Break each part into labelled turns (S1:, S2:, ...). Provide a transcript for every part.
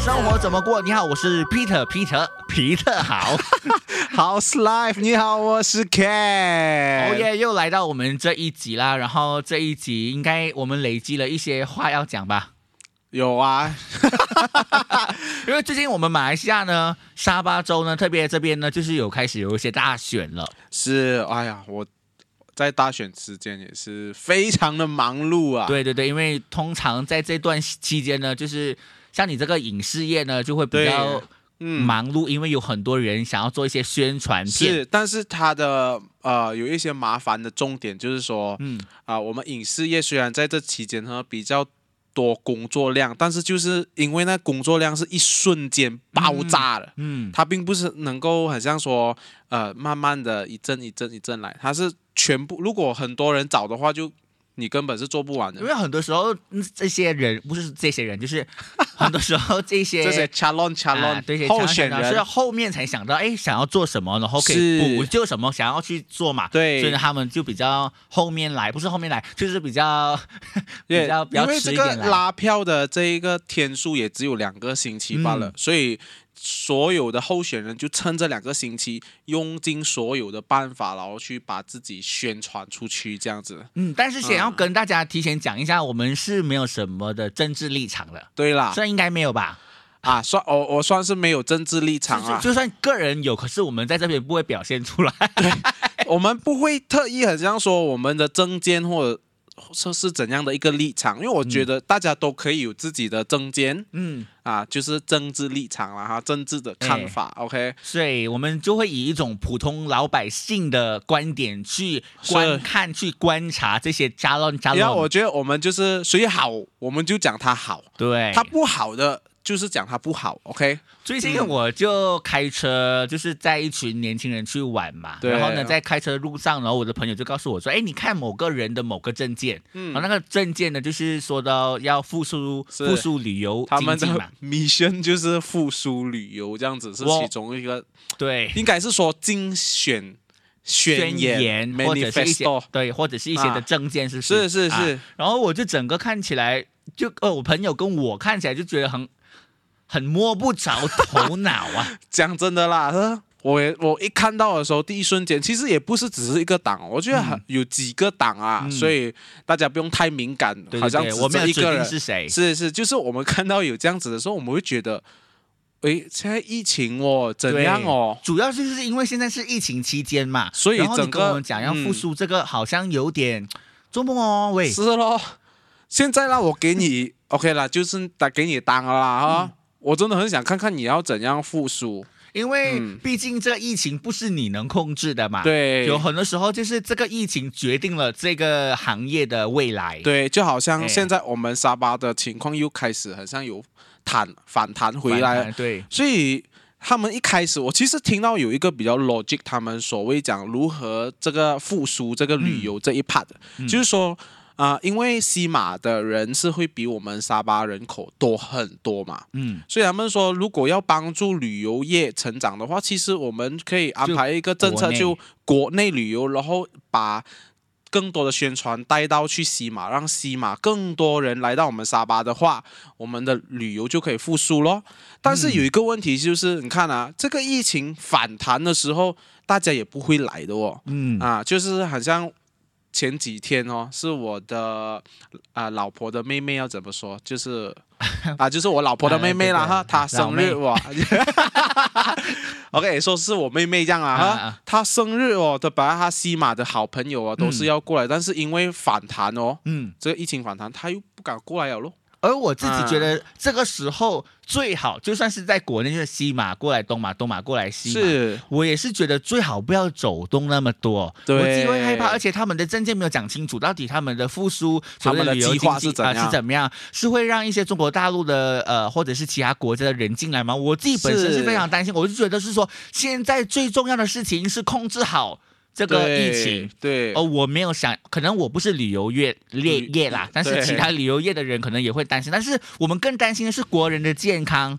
S1: 生活怎么过？你好，我是 Peter，皮特，皮特好。
S2: How's life？你好，我是 Ken。
S1: 哦耶，又来到我们这一集啦。然后这一集应该我们累积了一些话要讲吧。
S2: 有啊，
S1: 因为最近我们马来西亚呢，沙巴州呢，特别这边呢，就是有开始有一些大选了。
S2: 是，哎呀，我在大选期间也是非常的忙碌啊。，
S1: 对对对，因为通常在这段期间呢，就是像你这个影视业呢，就会比
S2: 对
S1: 较
S2: 嗯，
S1: 忙碌，因为有很多人想要做一些宣传片。
S2: 是，但是它的呃有一些麻烦的重点就是说
S1: 嗯，
S2: 啊、我们影视业虽然在这期间呢比较多工作量，但是就是因为那工作量是一瞬间爆炸的。
S1: 嗯，
S2: 它并不是能够很像说，呃，慢慢的一阵一阵一阵来，它是全部。如果很多人找的话就，你根本是做不完
S1: 因
S2: 的。
S1: 为很多时候嗯这些人不是这些人，就是很多时候 这些
S2: 这些 chalon
S1: 啊
S2: chalon、
S1: 对这些
S2: 候选
S1: 常啊常是
S2: 人，
S1: 后面才想到，哎，想要做什么，然后可以
S2: 是
S1: 补救什么，想要去做嘛。
S2: 对
S1: 所以呢，他们就比较后面来，不是后面来，就是比较比
S2: 对
S1: 较比
S2: 因
S1: 较
S2: 为
S1: 迟
S2: 这
S1: 一
S2: 个
S1: 点来。
S2: 拉票的这一个天数也只有两个星期罢了，
S1: 嗯
S2: 所以所有的候选人就趁这两个星期，用尽所有的办法，然后去把自己宣传出去，这样子。
S1: 嗯，但是想要跟大家提前讲一下，我们是没有什么的政治立场的，
S2: 对啦，
S1: 这应该没有吧？
S2: 啊，算我、我算是没有政治立场啊
S1: 就，就算个人有，可是我们在这边不会表现出来。
S2: 我们不会特意很像说我们的政见或者是是怎样的一个立场，因为我觉得大家都可以有自己的政见
S1: 嗯，
S2: 啊，就是政治立场啦哈，政治的看法。OK，
S1: 哎所以我们就会以一种普通老百姓的观点去观
S2: 是
S1: 看、去观察这些加乱加
S2: 然后
S1: 乱
S2: 我。觉得我们就是谁好，我们就讲他好；
S1: 对，
S2: 他不好的就是讲他不好。OK，
S1: 最近
S2: 嗯
S1: 我就开车，就是在一群年轻人去玩嘛，
S2: 对
S1: 然后呢，在开车路上，然后我的朋友就告诉我说：“哎，你看某个人的某个证件，然后那个证件呢，就是说到要复苏
S2: 嗯是
S1: 复苏旅游
S2: 他
S1: 经
S2: 们
S1: 济嘛
S2: 的，mission 就是复苏旅游这样子是
S1: 我
S2: 其中一个，
S1: 对，
S2: 应该是说竞选宣
S1: 言
S2: 言
S1: 或者是一些
S2: manifesto
S1: 对，或者是一些的
S2: 啊
S1: 证件是不
S2: 是是
S1: 啊
S2: 是，
S1: 然后我就整个看起来，就呃，我朋友跟我看起来就觉得很很摸不着头脑 啊，
S2: 讲真的啦，呃我也我一看到的时候，第一瞬间其实也不是只是一个党，我觉得很有几个党啊，
S1: 嗯
S2: 所以大家不用太敏感，
S1: 对
S2: 好
S1: 对
S2: 像
S1: 对，
S2: 只
S1: 我没有
S2: 这一
S1: 指
S2: 个
S1: 定
S2: 人
S1: 是谁，
S2: 是是，就是我们看到有这样子的时候，我们会觉得，诶，现在疫情哦，怎样哦？
S1: 主要就是因为现在是疫情期间嘛，
S2: 所以
S1: 然后你
S2: 整
S1: 跟
S2: 个
S1: 我们讲要
S2: 嗯
S1: 复苏，这个好像有点做梦哦，喂，
S2: 是咯，现在让我给你 OK 啦，就是打给你当了啦哈。
S1: 嗯
S2: 我真的很想看看你要怎样复苏，
S1: 因为
S2: 嗯
S1: 毕竟这疫情不是你能控制的嘛，，
S2: 对
S1: 啊有很多时候就是这个疫情决定了这个行业的未来，，
S2: 对，就好
S1: 哎
S2: 像现在我们沙巴的情况又开始，好像有弹反弹回来，，
S1: 对，
S2: 所以他们一开始，我其实听到有一个比较 logic，他们所谓讲如何这个复苏这个旅游这一 part，、
S1: 嗯
S2: 就是说啊、因为西马的人是会比我们沙巴人口多很多嘛。
S1: 嗯，
S2: 所以他们说，如果要帮助旅游业成长的话，其实我们可以安排一个政策，
S1: 就
S2: 就国内旅游，然后把更多的宣传带到去西马，让西马更多人来到我们沙巴的话，我们的旅游就可以复苏咯。但是有一个问题就是，你看啊，这个疫情反弹的时候，大家也不会来的哦。
S1: 嗯，
S2: 啊，就是好像前几天哦，是我的啊、老婆的妹妹要怎么说，就是 啊，就是我老婆的妹妹啦
S1: 啊
S2: 哈，她
S1: 老
S2: 生
S1: 妹
S2: 日哇 ，OK，说是我妹妹这样啦
S1: 啊
S2: 哈
S1: 啊，
S2: 她生日哦，她本来她西马的好朋友啊都是要过来，但是因为反弹哦，
S1: 嗯，
S2: 这个疫情反弹，她又不敢过来了咯。
S1: 而我自己觉得
S2: 啊
S1: 这个时候最好，就算是在国内，就是西马过来东马，东马过来西马，
S2: 是，
S1: 我也是觉得最好不要走动那么多，
S2: 对
S1: 我既会害怕，而且他们的证件没有讲清楚，到底他们的复苏、
S2: 他们
S1: 所
S2: 的
S1: 谓旅游
S2: 计划
S1: 经济
S2: 是怎样
S1: 啊是怎么样？是会让一些中国大陆的呃，或者是其他国家的人进来吗？我自己本身
S2: 是
S1: 是非常担心，我就觉得是说，现在最重要的事情是控制好这个
S2: 对
S1: 疫情。，
S2: 对
S1: 哦，，我没有想，可能我不是旅游业业
S2: 旅
S1: 业啦，但是
S2: 对
S1: 其他旅游业的人可能也会担心，但是我们更担心的是国人的健康，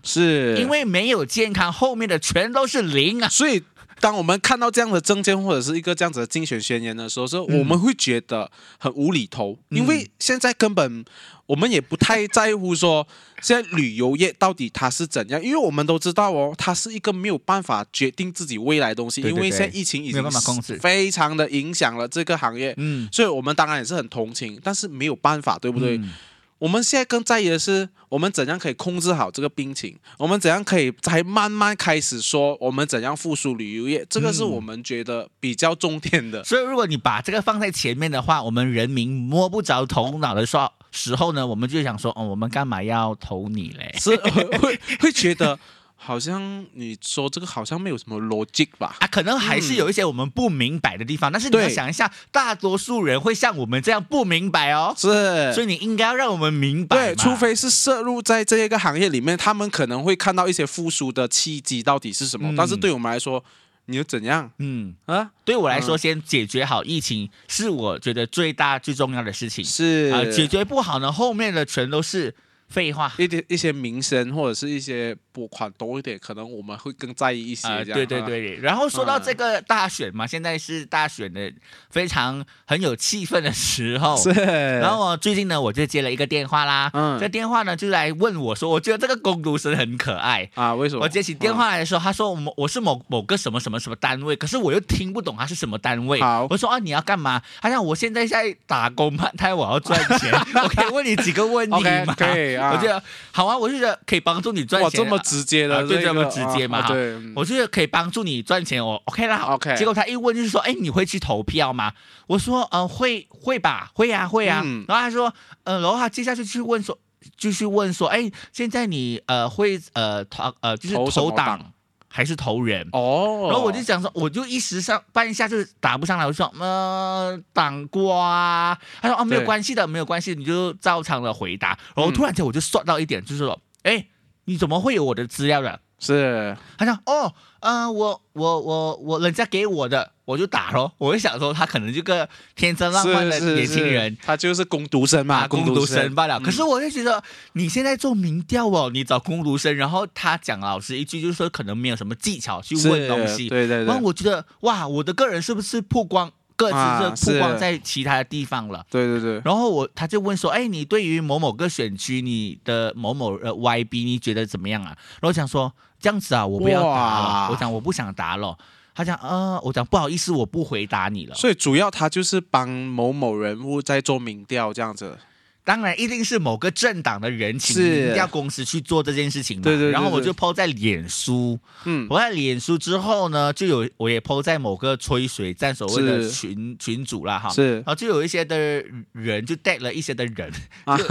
S2: 是
S1: 因为没有健康，后面的全都是零啊。
S2: 所以当我们看到这样的证件或者是一个这样子的竞选宣言的时候，是我们会觉得很无厘头，因为现在根本我们也不太在乎说现在旅游业到底它是怎样，因为我们都知道哦，它是一个没有办法决定自己未来的东西，
S1: 对对
S2: 因为
S1: 对
S2: 现在疫情已
S1: 没有
S2: 经
S1: 办法控制
S2: 非常的影响了这个行业，
S1: 嗯，
S2: 所以我们当然也是很同情，但是没有办法，对不对？
S1: 嗯
S2: 我们现在更在意的是，我们怎样可以控制好这个病情，我们怎样可以才慢慢开始说我们怎样复苏旅游业，这个是我们觉得比较重点 的。
S1: 所以，如果你把这个放在前面的话，我们人民摸不着头脑的说时候呢，我们就想说，哦，我们干嘛要投你嘞？
S2: 是会会会觉得好像你说这个好像没有什么逻辑吧？
S1: 啊，可能还是有一些我们不明白的地方，但是你
S2: 对
S1: 要想一下，大多数人会像我们这样不明白哦，所
S2: 是。
S1: 以你应该要让我们明白
S2: 对，
S1: 嘛，
S2: 除非是涉入在这一个行业里面，他们可能会看到一些复苏的契机到底是什么。
S1: 嗯
S2: 但是对我们来说，你又怎样
S1: 嗯，
S2: 啊？
S1: 对我来说，先解决好疫情是我觉得最大最重要的事情
S2: 是
S1: 啊、解决不好呢，后面的全都是废话。
S2: 一点一些民生或者是一些拨款多一点，可能我们会更在意一些。
S1: 啊、
S2: 这样
S1: 对对，
S2: 啊
S1: 对。然后说到这个大选嘛，现在是大选的非常很有气氛的时候。
S2: 是。
S1: 然
S2: 然
S1: 后我最近呢，我就接了一个电话啦。
S2: 嗯
S1: 这电话呢就来问我说，我觉得这个工读生很可爱。
S2: 啊，为什么？
S1: 我接起电话来的时候，他说我们我是某某个什么什么什么单位，可是我又听不懂他是什么单位。
S2: 好
S1: 我说啊，你要干嘛？他讲我现在在打工嘛，他我要赚 钱。我可以问你几个问题
S2: OK，
S1: 吗？
S2: 可以啊
S1: 我觉得好啊，我就觉得可以帮助你赚
S2: 哇，
S1: 钱
S2: 这
S1: 啊。
S2: 么直接
S1: 啊
S2: 的，
S1: 对
S2: 个
S1: 这么直接嘛
S2: 啊
S1: 哈
S2: 对，嗯
S1: 我就是可以帮助你赚钱，我 OK 啦
S2: OK
S1: 结果他一问就是说，哎，你会去投票吗？我说，嗯、会会吧，会啊，会啊。
S2: 嗯
S1: 然后他说，嗯、然后他接下去去问说，继续问说，哎，现在你呃会呃投呃就是
S2: 投什
S1: 投
S2: 么
S1: 党还是投人？
S2: 哦，
S1: 然后我就讲说，我就一时上半下就是答不上来，我就说，嗯，党瓜啊。他说，哦，没有
S2: 对
S1: 关系的，没有关系，你就照常的回答。然后
S2: 嗯
S1: 突然间我就算到一点，就是说，哎，你怎么会有我的资料的？
S2: 是
S1: 他讲哦，呃，我我我我人家给我的，我就打咯。我就想说，他可能这个天真浪漫的
S2: 是是
S1: 年轻人
S2: 是他就是攻读生嘛，
S1: 啊，工
S2: 读
S1: 读生罢了。
S2: 嗯
S1: 可是我就觉得，你现在做民调哦，你找工读生，然后他讲老师一句，就是说可能没有什么技巧去
S2: 是
S1: 问东西。
S2: 对对
S1: 然后
S2: 对，
S1: 我觉得哇，我的个人是不是曝光，各
S2: 啊
S1: 自就曝光
S2: 是
S1: 在其他的地方了？
S2: 对对对，
S1: 然后我他就问说，哎，你对于某某个选区你的某某呃 YB 你觉得怎么样啊？然后我想说这样子啊，我不要答了
S2: 哇，
S1: 我讲我不想答了。他讲呃，我讲不好意思，我不回答你了。
S2: 所以主要他就是帮某某人物在做民调这样子，
S1: 当然一定是某个政党的人情
S2: 是
S1: 一定要公司去做这件事情嘛。
S2: 对对对
S1: 然后我
S2: 对
S1: 就 PO 在脸书，
S2: 嗯，
S1: 我在脸书之后呢，就有我也 PO 在某个吹水站所谓的
S2: 是
S1: 群群主啦哈。
S2: 是
S1: 然后就有一些的人就带了一些的 人，就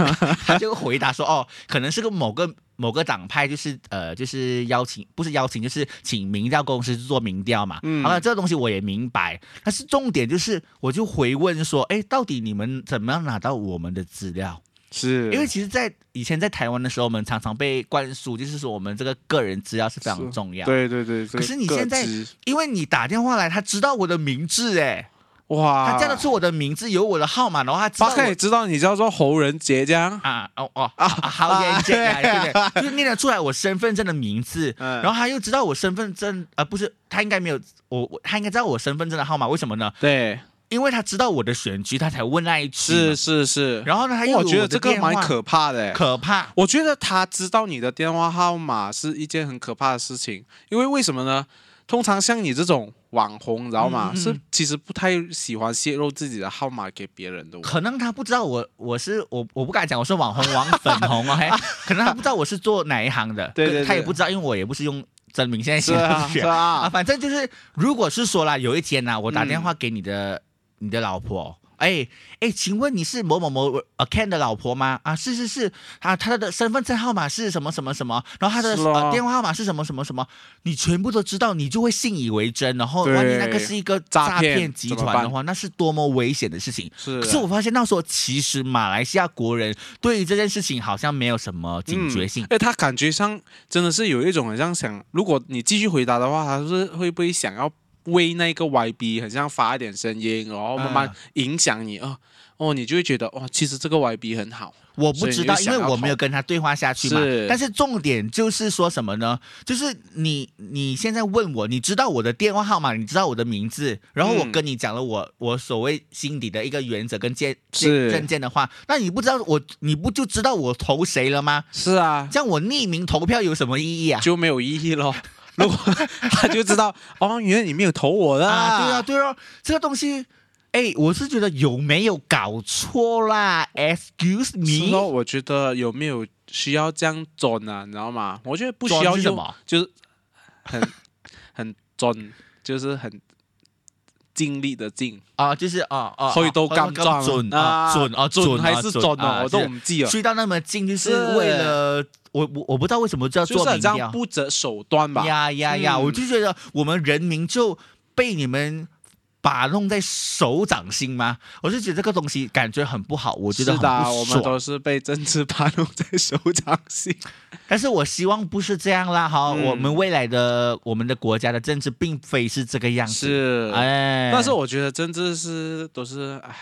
S1: 他就回答说，哦，可能是个某个某个党派，就是呃，就是邀请，不是邀请，就是请民调公司去做民调嘛。
S2: 嗯
S1: 好了，这个东西我也明白，但是重点就是，我就回问说，哎，到底你们怎么样拿到我们的资料？
S2: 是，
S1: 因为其实，在以前在台湾的时候，我们常常被灌输，就是说我们这个个人资料是非常
S2: 是
S1: 重要。，
S2: 对对对，这
S1: 可
S2: 个
S1: 是你
S2: 个
S1: 现在
S2: 资
S1: 因为你打电话来，他知道我的名字，哎，
S2: 哇，
S1: 他叫得出我的名字，有我的号码，然后他知道
S2: 啊巴
S1: 我
S2: 克也知道你叫做侯仁杰这样，
S1: 啊哦哦啊，好眼睛啊，对不对？就是念得出来我身份证的名字，
S2: 哎嗯
S1: 然后他又知道我身份证，呃，不是，他应该没有，我我他应该知道我身份证的号码，为什么呢？
S2: 对，
S1: 因为他知道我的选区，他才问那一句嘛。
S2: 是是是。
S1: 然后呢，他又
S2: 哇我
S1: 有
S2: 觉得
S1: 的
S2: 这个
S1: 电
S2: 蛮
S1: 话
S2: 可怕的欸。
S1: 可怕，
S2: 我觉得他知道你的电话号码是一件很可怕的事情，因为为什么呢？通常像你这种网红，你知道吗？
S1: 嗯嗯
S2: 是其实不太喜欢泄露自己的号码给别人的。
S1: 可能他不知道我我是我我不敢讲我是网红网 粉红哦，嘿，可能他不知道我是做哪一行的，
S2: 对对对
S1: 他也不知道，因为我也不是用真名，现在
S2: 是
S1: 写
S2: 啊，
S1: 上
S2: 是
S1: 去
S2: 啊，
S1: 反正就是，如果是说啦，有一天呐、我打电话给你的、你的老婆，哎哎，请问你是某某某呃 Ken 的老婆吗？啊，是是是，啊，她的身份证号码是什么什么什么，然后她的
S2: 是咯
S1: 呃电话号码是什么什么什么，你全部都知道，你就会信以为真，然后
S2: 对
S1: 万一那个是一个
S2: 诈
S1: 诈
S2: 骗
S1: 骗集
S2: 怎么
S1: 团的
S2: 办
S1: 话，那是多么危险的事情。
S2: 是啊。
S1: 可是我发现那时候，其实马来西亚国人对于这件事情好像没有什么警觉性
S2: 哎、，他感觉上真的是有一种很像想，如果你继续回答的话，他是会不会
S1: 嗯
S2: 想要为那个 YB 很像发一点声音，然后慢慢影响你啊、哦，你就会觉得哇，其实这个 YB 很好，
S1: 我不知道，
S2: 所以你
S1: 因
S2: 就想
S1: 为
S2: 要
S1: 我没有跟他对话下去嘛
S2: 是。
S1: 但是重点就是说什么呢？就是你你现在问我，你知道我的电话号码，你知道我的名字，然后我
S2: 嗯
S1: 跟你讲了我、我所谓心底的一个原则跟见
S2: 是
S1: 见证件的话，那你不知道我，你不就知道我投谁了吗？
S2: 是啊，
S1: 这样我匿名投票有什么意义啊？
S2: 就没有意义咯。 如果他就知道 哦，原来你没有投我的
S1: 啊，对啊，对啊，这个东西。哎，我是觉得有没有搞错啦？Excuse
S2: 是
S1: me，
S2: 咯，我觉得有没有需要这样准啊？你知道吗？我觉得不需
S1: 装
S2: 要
S1: 是什
S2: 用，
S1: 么？
S2: 就是很 很准，就是很尽力的尽，
S1: 啊，就是啊啊，
S2: 去到
S1: 咁
S2: 咁準
S1: 准啊，准啊，
S2: 准
S1: 啊
S2: 还是
S1: 準
S2: 准啊？我
S1: 就
S2: 都
S1: 是
S2: 唔知啊。
S1: 追到那么近，就是
S2: 是
S1: 为了我我我不知道为什么就要
S2: 就
S1: 做
S2: 是很
S1: 民
S2: 这样
S1: 调
S2: 不择手段吧。
S1: 呀呀呀！
S2: 嗯
S1: 我就觉得我们人民就被你们把弄在手掌心吗？我就觉得这个东西感觉很不好，我觉得
S2: 是的啊，
S1: 很
S2: 我
S1: 不爽。
S2: 们都是被政治盘弄在手掌心。
S1: 但是我希望不是这样啦，哈，
S2: 嗯
S1: 我们未来的我们的国家的政治并非 是这个样子，
S2: 是，
S1: 哎，
S2: 但是我觉得政治是哎都是唉，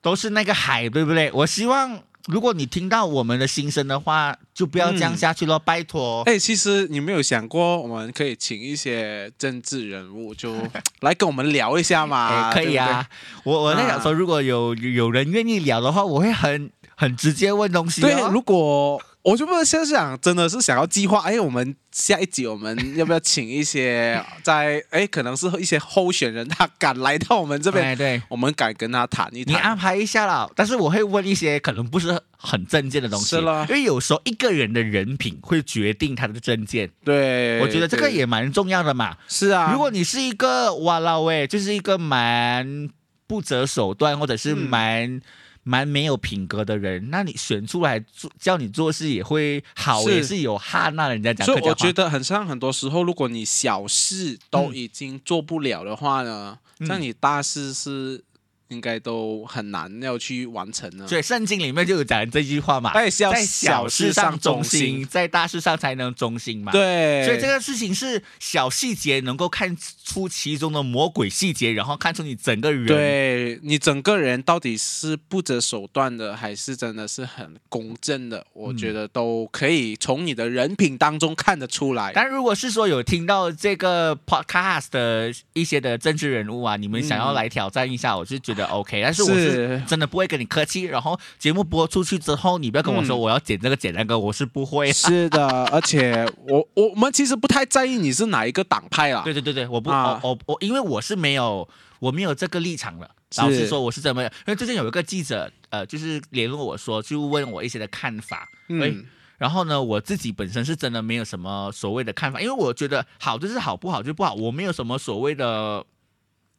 S1: 都是那个海，对不对？我希望如果你听到我们的心声的话，就不要这样下去咯，拜托。
S2: 哎，其实你没有想过，我们可以请一些政治人 物就来跟我们聊一下嘛？
S1: 哎可以啊，我我在想说，如果有有人愿意聊的话，我会很很直接问东西、
S2: 对不对。对，
S1: 哦。
S2: 如果我就不是现在想，真的是想要计划，哎，我们下一集我们要不要请一些在哎，可能是一些候选人，他敢来到我们这边，
S1: 哎对，
S2: 我们敢跟他谈一
S1: 你
S2: 谈。
S1: 安排一下啦。但是我会问一些可能不是很正见的东西，
S2: 是咯
S1: 因为有时候一个人的人品会决定他的证件，
S2: 对，
S1: 我觉得这个
S2: 对
S1: 也蛮重要的嘛。
S2: 是啊。
S1: 如果你是一个哇啦喂，就是一个蛮不择手段，或者是
S2: 嗯
S1: 蛮、蛮没有品格的人，那你选出来做叫你做事也会好，
S2: 是
S1: 也是有哈那人家讲
S2: 所
S1: 客
S2: 以我
S1: 家
S2: 觉
S1: 话。
S2: 得，很像很多时候，如果你小事都
S1: 嗯
S2: 已经做不了的话呢，
S1: 嗯
S2: 像你大事是应该都很难要去完成呢。
S1: 所以圣经里面就有讲这句话嘛，
S2: 在小
S1: 在小事上忠
S2: 小事上忠
S1: 心，在大事上才能忠心嘛。，
S2: 对，
S1: 所以这个事情是小细节能够看出其中的魔鬼细节，然后看出你整个人。
S2: 对你整个人到底是不择手段的，还是真的是很公正的，我觉得都可以从你的人品当中看得出来。
S1: 但如果是说有听到这个 podcast 的一些的政治人物啊，你们想要来挑战一下，我是觉得 OK。但是我是
S2: 是
S1: 真的不会跟你客气。然后节目播出去之后，你不要跟我说
S2: 嗯
S1: 我要剪这个剪那个，我是不会。
S2: 是的，而且我 我们其实不太在意你是哪一个党派啦。
S1: 对对对对，我不，
S2: 啊
S1: 我我我，因为我是没有我没有这个立场的。
S2: 是
S1: 老实说，我是真的没有。因为最近有一个记者，呃，就是联络我说，就问我一些的看法。哎
S2: 嗯，
S1: 然后呢，我自己本身是真的没有什么所谓的看法，因为我觉得好就是好，不好就不好，我没有什么所谓的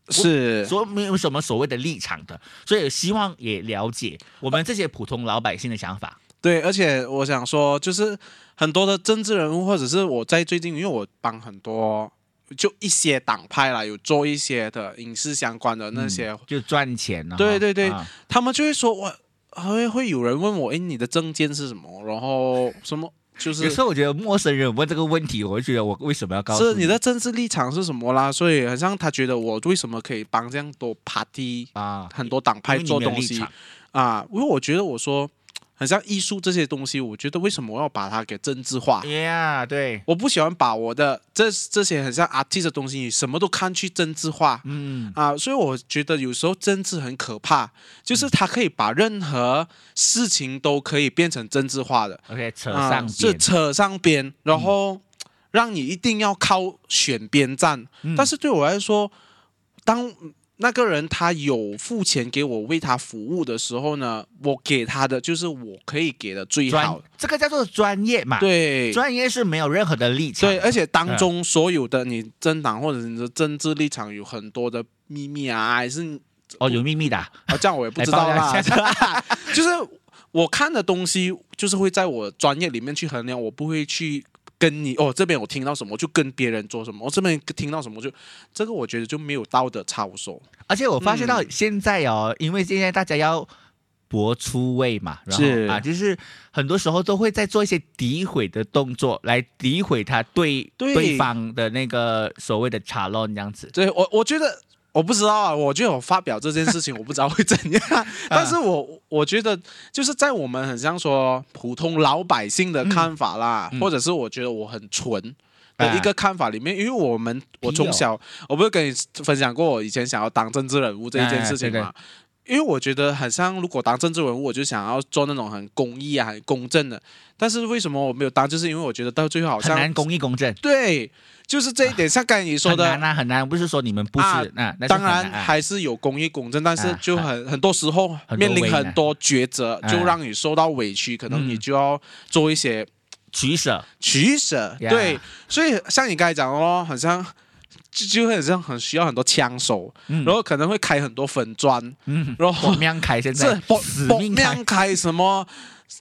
S2: 是。
S1: 所以没有什么所谓的立场的，所以希望也了解我们这些普通老百姓的想法。
S2: 对，而且我想说，就是很多的政治人物，或者是我在最近，因为我帮很多就一些党派啦，有做一些的影视相关的那些，
S1: 嗯就赚钱了哈。
S2: 哦对对对
S1: 啊
S2: 他们就会说，我会会有人问我，哎，你的证件是什么？然后什么就
S1: 有
S2: 是
S1: 时候我觉得陌生人问这个问题，我就觉得我为什么要告诉
S2: 是你的政治立场是什么啦？所以好像他觉得我为什么可以帮这样多 party
S1: 啊？
S2: 很多党派
S1: 因为你
S2: 做
S1: 没有
S2: 东
S1: 立
S2: 西
S1: 场，
S2: 啊？因为我觉得我说，很像艺术这些东西，我觉得为什么我要把它给政治化？
S1: ，Yeah，对，
S2: 我不喜欢把我的这这些很像 artist 的东西，什么都看去政治化
S1: 嗯，
S2: 啊，所以我觉得有时候政治很可怕，
S1: 嗯
S2: 就是它可以把任何事情都可以变成政治化的，
S1: ，OK，扯
S2: 啊
S1: 上
S2: 是
S1: 边，
S2: 扯上边，然后让你一定要靠选边站。
S1: 嗯
S2: 但是对我来说，当那个人他有付钱给我为他服务的时候呢，我给他的就是我可以给的最
S1: 嗯专
S2: 好的，
S1: 这个叫做专业嘛，，
S2: 对，
S1: 专嗯业是没有任何的立场
S2: 对，
S1: 的，
S2: 而且当中所有的你政党或者你的政治立场有很多的秘密啊，还是
S1: 哦，有秘密的啊，
S2: 啊，这样我也不知道
S1: 来
S2: 啦。 就是我看的东西，就是会在我专业里面去衡量，我不会去跟你哦，这边我听到什么就跟别人做什么，我、这边听到什么就这个，我觉得就没有道德操守。
S1: 而且我发现到
S2: 嗯
S1: 现在哦，因为现在大家要搏出位嘛，然
S2: 是
S1: 后啊，就是很多时候都会在做一些诋毁的动作，来诋毁他对
S2: 对
S1: 方的那个所谓的查论这样子。
S2: 对我，我觉得我不知道啊，我觉得我发表这件事情，我不知道会怎
S1: 嗯
S2: 样。但是我我觉得就是在我们很像说普通老百姓的看法啦，
S1: 嗯嗯哎
S2: 或者是我觉得我很纯的一个看法里面，因为我们
S1: 哦
S2: 我从小我不是跟你分享过我以前想要当政治人物这一件事情
S1: 哎
S2: 嘛。因为我觉得很像，如果当政治人物，我就想要做那种很公益啊、很公正的。但是为什么我没有当？就是因为我觉得到最后好
S1: 很难
S2: 像
S1: 公益公正，
S2: 对，就是这一点，像刚才你说的，
S1: 很难啊，很难，不是说你们不是
S2: 啊
S1: 啊，那是
S2: 当
S1: 很难
S2: 然
S1: 啊
S2: 还是有公益公正，但是
S1: 啊
S2: 就很很多时候
S1: 很多
S2: 面
S1: 为
S2: 临
S1: 难
S2: 很多抉择，
S1: 啊
S2: 就让你受到委屈，可能
S1: 嗯
S2: 你就要做一些
S1: 取舍，
S2: 取舍。
S1: 呀
S2: 对，所以像你刚才讲的咯，好像就就会很像很需要很多枪手，
S1: 嗯
S2: 然后可能会开很多粉砖，
S1: 嗯，
S2: 然
S1: 我
S2: 后
S1: 命开现
S2: 是
S1: 在
S2: 搏
S1: 死
S2: 搏
S1: 命
S2: 命
S1: 开，
S2: 开什么。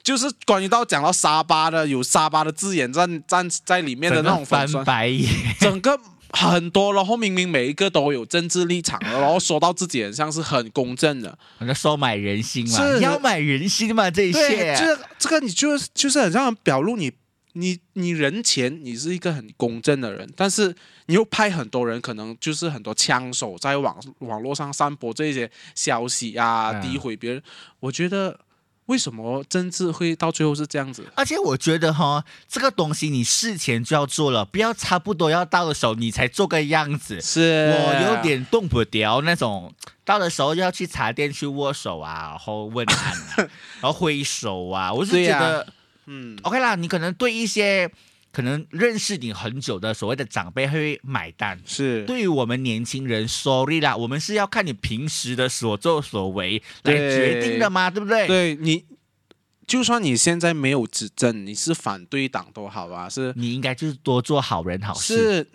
S2: 就是关于到讲到沙巴的，有沙巴的字眼在在在里面的
S1: 整
S2: 那
S1: 个
S2: 种粉
S1: 翻，
S2: 砖
S1: 白眼，
S2: 整个很多，然后明明每一个都有政治立场的，然后说到自己很像是很公正的，
S1: 我在收买人心嘛，
S2: 是
S1: 要买人心嘛，这一
S2: 对，
S1: 切啊
S2: 这个这个你就是就是很像表露你你你人前你是一个很公正的人，但是你又派很多人，可能就是很多枪手在网网络上散播这些消息啊，
S1: 嗯
S2: 诋毁别人，我觉得。为什么政治会到最后是这样子？
S1: 而且我觉得哈，这个东西你事前就要做了，不要差不多要到的时候你才做个样子。
S2: 是
S1: 我有点动不掉那种，到的时候要去茶店去握手啊，然后问安、 啊，然后挥手啊，我是
S2: 对
S1: 觉
S2: 呀
S1: 得、
S2: 嗯
S1: OK 啦。你可能对一些可能认识你很久的所谓的长辈会买单，
S2: 是
S1: 对于我们年轻人，sorry 啦，我们是要看你平时的所作所为来决定的嘛，对不对？
S2: 对你，就算你现在没有执政，你是反对党都好啊，是
S1: 你应该就是多做好人好事，
S2: 是，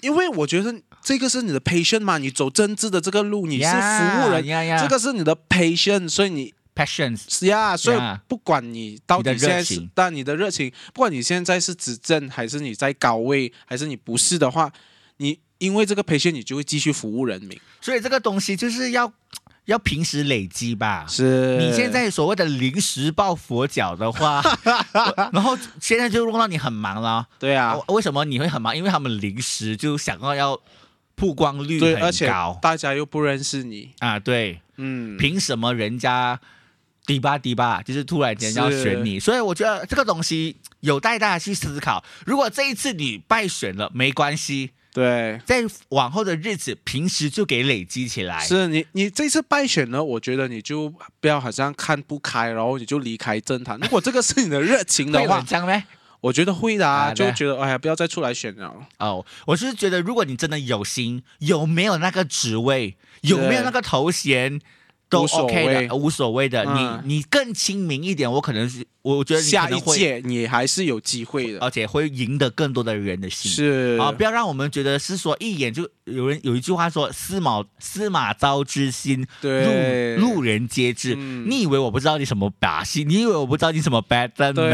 S2: 因为我觉得这个是你的 patient 嘛，你走政治的这个路，你是
S1: 呀
S2: 服务人
S1: 呀呀，
S2: 这个是你的 patient，所以你
S1: patience
S2: 是呀，所以
S1: Yeah
S2: 不管你到底
S1: 你的
S2: 现在
S1: 热
S2: 是
S1: 情，
S2: 但你的热情，不管你现在是执政还是你在高位，还是你不是的话，你因为这个 patient，你就会继续服务人民。
S1: 所以这个东西就是要要平时累积吧。
S2: 是
S1: 啊你现在所谓的临时抱佛脚的 话，我然后现在就弄到你很忙了。哦
S2: 对啊，
S1: 为什么你会很忙？因为他们临时就想要要曝光率
S2: 对，而
S1: 很
S2: 且
S1: 高
S2: 大家又不认识你，
S1: 啊，对，
S2: 嗯，
S1: 凭什么人家迪吧迪吧，就是突然间要选你？所以我觉得这个东西有待大家去思考。如果这一次你败选了，没关系，
S2: 对。
S1: 在往后的日子，平时就给累积起来。
S2: 是你，你这次败选了，我觉得你就不要好像看不开，然后你就离开 政坛。如果这个是你的热情
S1: 会
S2: 的
S1: 有
S2: 话
S1: 人，这样呗？
S2: 我觉得会的啊，
S1: 啊
S2: 就
S1: 对
S2: 觉得哎呀，不要再出来选了。
S1: 哦，我是觉得，如果你真的有心，有没有那个职位，有没有那个头衔，都
S2: 无所
S1: OK
S2: 谓
S1: 的，呃无所谓的。
S2: 嗯
S1: 你你更亲民一点，我可能是，我觉得你
S2: 下
S1: 可能
S2: 一
S1: 会，
S2: 届你还是有机会的，
S1: 而且会赢得更多的人的心。
S2: 是
S1: 啊，不要让我们觉得是说一眼就有人有一句话说“司马司马昭之心，
S2: 对
S1: 路路人皆知”
S2: 嗯
S1: 你以为我不知道你什么把戏？你以为我不知道你什么 bad
S2: 对，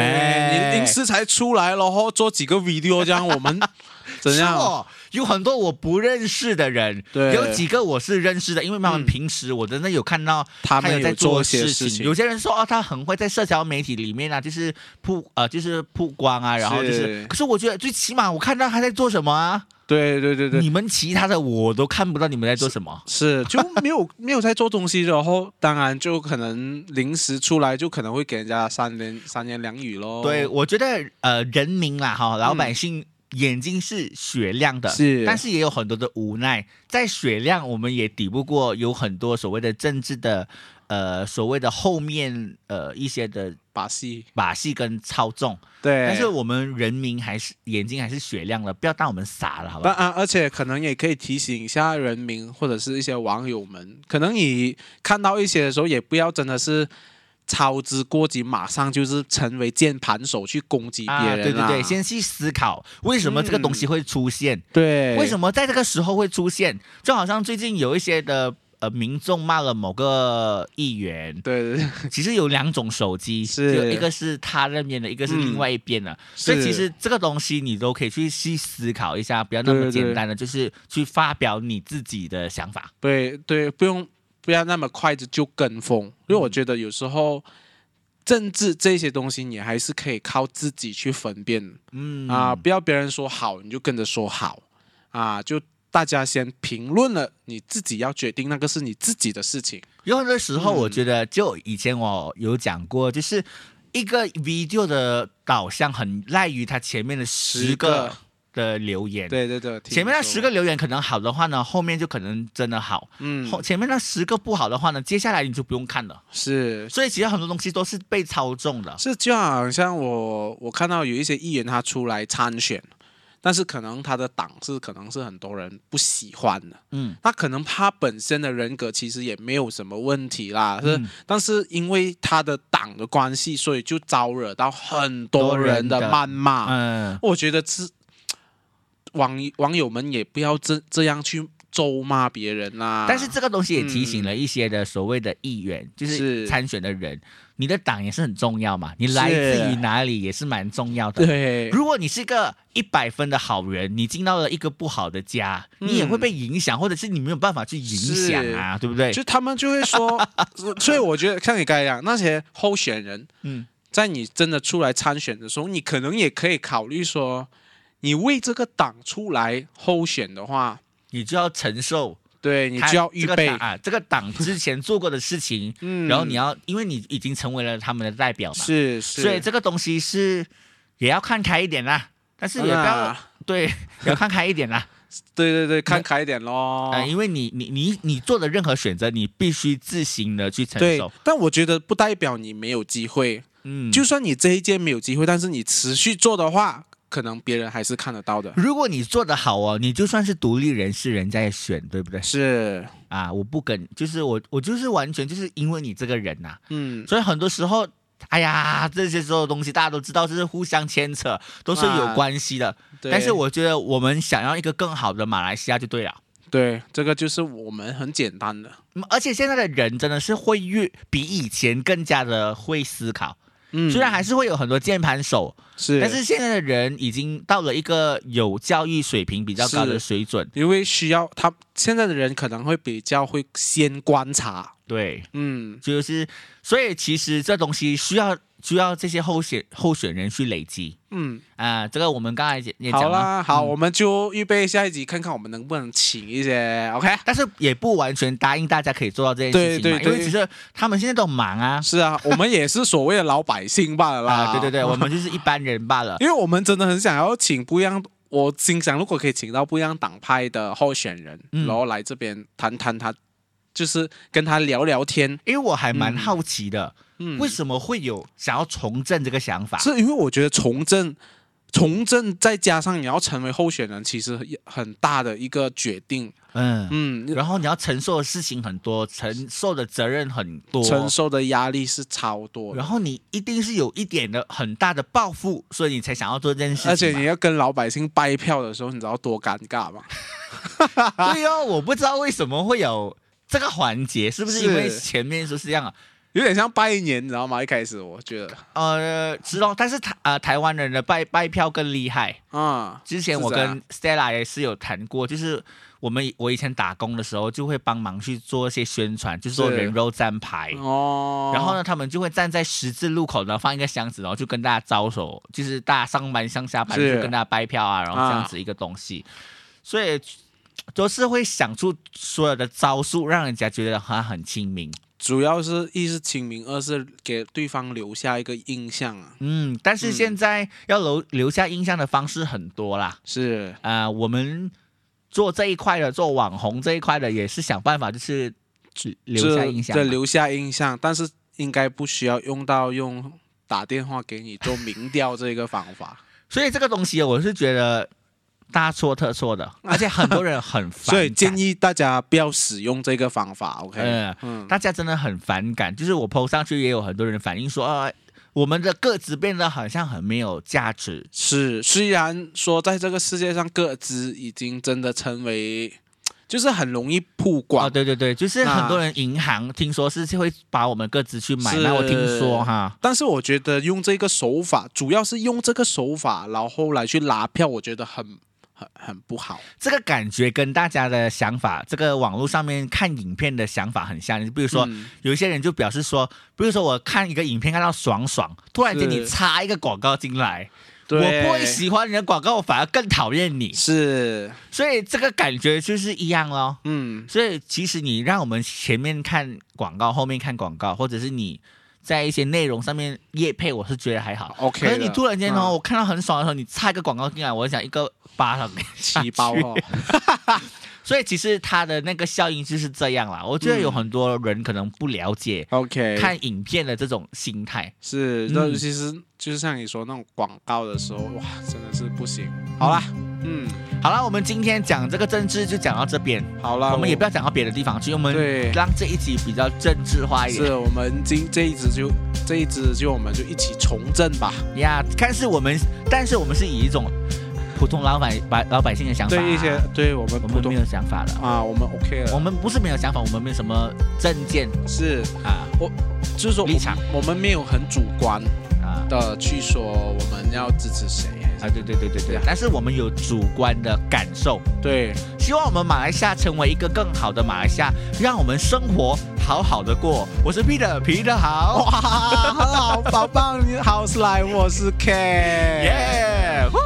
S2: 你临
S1: 吗？
S2: 时才出来，然后做几个 video，这样我们 怎
S1: 是
S2: 样？
S1: 哦，有很多我不认识的人，
S2: 对
S1: 有几个我是认识的，因为他
S2: 嗯
S1: 们平时我真的有看到
S2: 他
S1: 有
S2: 们
S1: 在
S2: 做一些
S1: 事
S2: 事
S1: 有些人说哦，他很会在社交媒体里面啊，就是曝呃，就是曝光啊，然后就是，
S2: 是
S1: 可是我觉得最起码我看到他在做什么啊，
S2: 对对对对，
S1: 你们其他的我都看不到你们在做什么。
S2: 是就没有没有在做东西，然后当然就可能临时出来，就可能会给人家三言三言两语咯。
S1: 对，，我觉得呃，人民啦哈，老百姓眼睛是雪亮的，
S2: 嗯是
S1: 但是也有很多的无奈，在雪亮我们也抵不过有很多所谓的政治的呃所谓的后面呃一些的
S2: 把戏
S1: 把戏跟操纵，
S2: 对，
S1: 但是我们人民还是眼睛还是雪亮的，不要当我们傻了，好
S2: 当
S1: 吧？
S2: 然，啊而且可能也可以提醒一下人民或者是一些网友们，可能你看到一些的时候，也不要真的是操之过急，马上就是成为键盘手去攻击别
S1: 啊，
S2: 人、
S1: 对对对，先去思考为什么这个东西会出现，
S2: 对，
S1: 为什
S2: 么？
S1: 么在这个时候会出现？就好像最近有一些的呃民众骂了某个议员，
S2: 对，对
S1: 其实有两种手机，
S2: 是嗯
S1: 就一个是他那边的，一个是另外一边的。所以其实这个东西你都可以去细思考一下，不要那
S2: 对
S1: 么
S2: 对对
S1: 简单的就是去发表你自己的想法。
S2: 对对，不用不要那么快的就跟风，因为
S1: 嗯
S2: 我觉得有时候。政治这些东西，你还是可以靠自己去分辨的
S1: 嗯
S2: 啊、不要别人说好你就跟着说好啊，就大家先评论了，你自己要决定，那个是你自己的事情。
S1: 有很多时候，
S2: 嗯
S1: 我觉得就以前我有讲过，就是一个 video 的导向很赖于它前面的十个
S2: 个
S1: 的留言。
S2: 对对对，听
S1: 前面那
S2: 你说
S1: 十个，留言可能好的话呢，后面就可能真的好；
S2: 嗯，
S1: 后前面那十个不好的话呢，接下来你就不用看了。
S2: 是
S1: 所以其实很多东西都是被操纵的。
S2: 是，就好像我我看到有一些议员他出来参选，但是可能他的党是可能是很多人不喜欢的，
S1: 嗯，
S2: 那可能他本身的人格其实也没有什么问题啦，是，
S1: 嗯
S2: 但是因为他的党的关系，所以就招惹到很多人的
S1: 多人的
S2: 谩骂。
S1: 嗯，
S2: 我觉得是网网友们也不要这这样去咒骂别人啦。
S1: 但是这个东西也提醒了一些的所谓的议员，嗯就是
S2: 是
S1: 参选的人，你的党也是啊很重要嘛，你来自于哪里也是蛮重要的。
S2: 对，
S1: 如果你是一个一百分的好人，你进到了一个不好的家，
S2: 嗯
S1: 你也会被影响，或者是你没有办法去影响啊，对不对？
S2: 就他们就会 说，所以我觉得像你刚才讲那些候选人，
S1: 嗯，
S2: 在你真的出来参选的时候，你可能也可以考虑说，你为这个党出来候选的话，
S1: 你就要承受
S2: 对你
S1: 他
S2: 就要预
S1: 这个
S2: 备，，
S1: 党啊，这个党之前做过的事情
S2: 嗯，
S1: 然后你要，因为你已经成为了他们的代表嘛，
S2: 是是，
S1: 所以这个东西是也要看开一点啦，但是也不要
S2: 啊
S1: 对， 要看开一点啦。
S2: 对对对，看开一点咯。
S1: 呃，因为你你你你做的任何选择，你必须自行的去承
S2: 对
S1: 受。，
S2: 但我觉得不代表你没有机会。
S1: 嗯，
S2: 就算你这一届没有机会，但是你持续做的话，可能别人还是看得到的。
S1: 如果你做的好哦，你就算是独立人士，人家也选，对不对？
S2: 是，
S1: 啊，我不跟，就是我我就是完全就是因为你这个人呐、
S2: 嗯，
S1: 所以很多时候，哎呀，这些所有东西大家都知道，这是互相牵扯，都是有
S2: 啊
S1: 关系的。
S2: 对
S1: 但是我觉得我们想要一个更好的马来西亚就对了。
S2: 对这个就是我们很简单的，
S1: 嗯而且现在的人真的是会越比以前更加的会思考，
S2: 嗯，
S1: 虽然还是会有很多键盘手，
S2: 是，
S1: 但是现在的人已经到了一个有教育水平比较高的
S2: 是
S1: 水准，
S2: 因为需要他现在的人可能会比较会先观察，
S1: 对，
S2: 嗯，
S1: 就是所以其实这东西需要需要这些候选候选人去累积
S2: 嗯，
S1: 啊、这个我们刚才也也
S2: 好啊
S1: 讲了，
S2: 啦，好，
S1: 嗯
S2: 我们就预备下一集，看看我们能不能请一些，OK？
S1: 但是也不完全答应大家可以做到这件事情嘛，
S2: 对对对
S1: 因为其实他们现在都忙啊，
S2: 是啊，我们也是所谓的老百姓罢了啦，嗯
S1: 啊，对对 对，我们就是一般人罢了。
S2: 因为我们真的很想要请不一样，我心想如果可以请到不一样党派的候选人，
S1: 嗯
S2: 然后来这边谈谈他，就是跟他聊聊天。
S1: 因为我还蛮好奇的，
S2: 嗯，
S1: 为什么会有想要从政这个想法？
S2: 是因为我觉得从政，从政再加上你要成为候选人，其实也很大的一个决定。
S1: 嗯，
S2: 嗯，
S1: 然后你要承受的事情很多，承受的责任很多，
S2: 承受的压力是超多
S1: 然
S2: 的，
S1: 后你一定是有一点的很大的抱负，所以你才想要做这件事情嘛。
S2: 而且你要跟老百姓掰票的时候，你知道多尴尬吗？啊
S1: 对哦，我不知道为什么会有这个环节，是不是
S2: 是
S1: 因为前面说是这样啊？
S2: 有点像拜年，你知道吗？一开始我觉得
S1: 呃，知道，但是台呃台湾人的拜拜票更厉害。
S2: 啊、
S1: 之前
S2: 是
S1: 我
S2: 怎样
S1: 跟 Stella 也是有谈过，就是我们我以前打工的时候就会帮忙去做一些宣传，就是做
S2: 是
S1: 人肉站牌。
S2: 哦，
S1: 然后呢，他们就会站在十字路口呢，放一个箱子，然后就跟大家招手，就是大家上班上下班就是跟大家掰票啊，然后这样子一个东西，所以都是会想出所有的招数，让人家觉得他很亲民。
S2: 主要是一是清明，二是给对方留下一个印象啊。
S1: 嗯，但是现在要留留下印象的方式很多啦，
S2: 是，
S1: 啊、我们做这一块的，做网红这一块的，也是想办法就是留下
S2: 这
S1: 印象
S2: 对，
S1: 嘛。
S2: 留下印象，但是应该不需要用到用打电话给你做民调这个方 法。
S1: 所以这个东西，我是觉得大错特错的，而且很多人很 烦。
S2: 所以建。议大家不要使用这个方法，OK？
S1: 嗯
S2: 嗯，
S1: 大家真的很反感，就是我 PO 上去也有很多人反映说，啊，我们的个子变得好像很没有价值。
S2: 是，虽然说在这个世界上，个子已经真的成为，就是很容易曝光。
S1: 哦，对对对，就是
S2: 那
S1: 很多人银行听说是会把我们个子去买
S2: 是
S1: 卖，我听说哈，
S2: 但是我觉得用这个手法，主要是用这个手法，然后来去拉票，我觉得很很很不好。
S1: 这个感觉跟大家的想法，这个网络上面看影片的想法很像。比如说，
S2: 嗯
S1: 有一些人就表示说，比如说我看一个影片看到爽爽，突然间
S2: 是
S1: 你插一个广告进来，
S2: 对
S1: 我不会喜欢你的广告，我反而更讨厌你，
S2: 是，
S1: 所以这个感觉就是一样咯。
S2: 嗯，
S1: 所以其实你让我们前面看广告，后面看广告，或者是你在一些内容上面业配，我是觉得还好。
S2: OK
S1: 可是你
S2: 了
S1: 突然间哦，
S2: 嗯
S1: 我看到很爽的时候，你插一个广告进来，我想一个巴掌给下
S2: 七包
S1: 去
S2: 哦，
S1: 所以其实它的那个效应就是这样啦。我觉得有
S2: 嗯
S1: 很多人可能不了解
S2: OK，
S1: 看影片的这种心态。
S2: 是，那
S1: 嗯
S2: 尤其是就是像你说那种广告的时候，哇，真的是不行。好啦，嗯，
S1: 好了，我们今天讲这个政治就讲到这边，
S2: 好啦，
S1: 我们也不要讲到别的地方去，我们
S2: 对，
S1: 让这一集比较政治化一点
S2: 是。我们今这一支就这一支就我们就一起从政吧。
S1: 呀但是我们，但是我们是以一种普通老百百老百姓的想法，
S2: 对一些，对我们
S1: 我
S2: 普
S1: 们没
S2: 通
S1: 有哦想法了。
S2: 啊，我们 OK
S1: 我
S2: 了。
S1: 们不是没有想法，我们没有什么政见
S2: 是，
S1: 啊
S2: 就是说
S1: 立场
S2: 我们没有很主观
S1: 啊
S2: 的去说我们要支持谁。
S1: 啊！对对对对对，但是我们有主观的感受，
S2: 对，
S1: 希望我们马来西亚成为一个更好的马来西亚，让我们生活好好的过。我是 Peter，皮特好，
S2: 哇，好棒棒，你好，是来，我是 K，
S1: 耶！呼